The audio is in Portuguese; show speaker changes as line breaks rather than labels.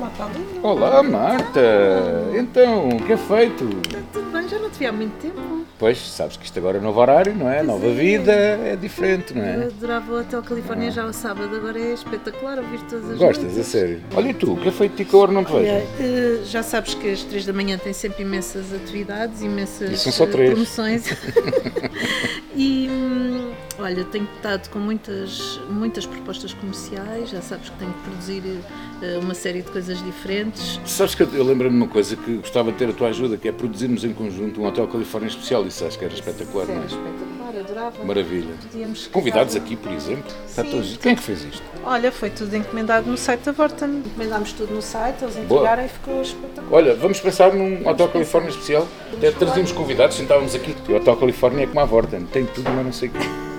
Mafalda? Não.
Olá, Marta! Então, o que é feito?
Tudo bem, já não te vi há muito tempo.
Pois, sabes que isto agora é novo horário, não é?
Pois
Nova
é.
vida, é diferente, não
Eu
é?
adorava o Hotel Califórnia já ao sábado, agora é espetacular ouvir todas as
Gostas, a
noites.
sério? Olha, e tu, o que é feito de ti que eu agora não te
Olha,
vejo?
eh, já sabes que às 3 da manhã tem sempre imensas atividades, imensas
E são só
eh,
três.
promoções. e hum, olha, tenho estado com muitas, muitas propostas comerciais, já sabes que tenho que produzir eh, uma série de coisas diferentes.
Sabes que eu, eu lembro-me de uma coisa que gostava de ter a tua ajuda, que é produzirmos em conjunto um Hotel Califórnia especial, isso acho que era espetacular,
Sério,
não é?
espetacular, adorava.
Maravilha.
Podíamos
Convidados
criar um-
aqui, por exemplo. Está
Sim.
tudo giro. Quem é que fez isto?
Olha, foi tudo encomendado no site da Vorten. Encomendámos tudo no site, eles
Boa.
entregaram e ficou espetacular.
Olha, vamos pensar num Hotel Califórnia especial. Até trazíamos convidados, sentávamos aqui. O Hotel Califórnia é como a Vorten, tem tudo, mas não sei o quê.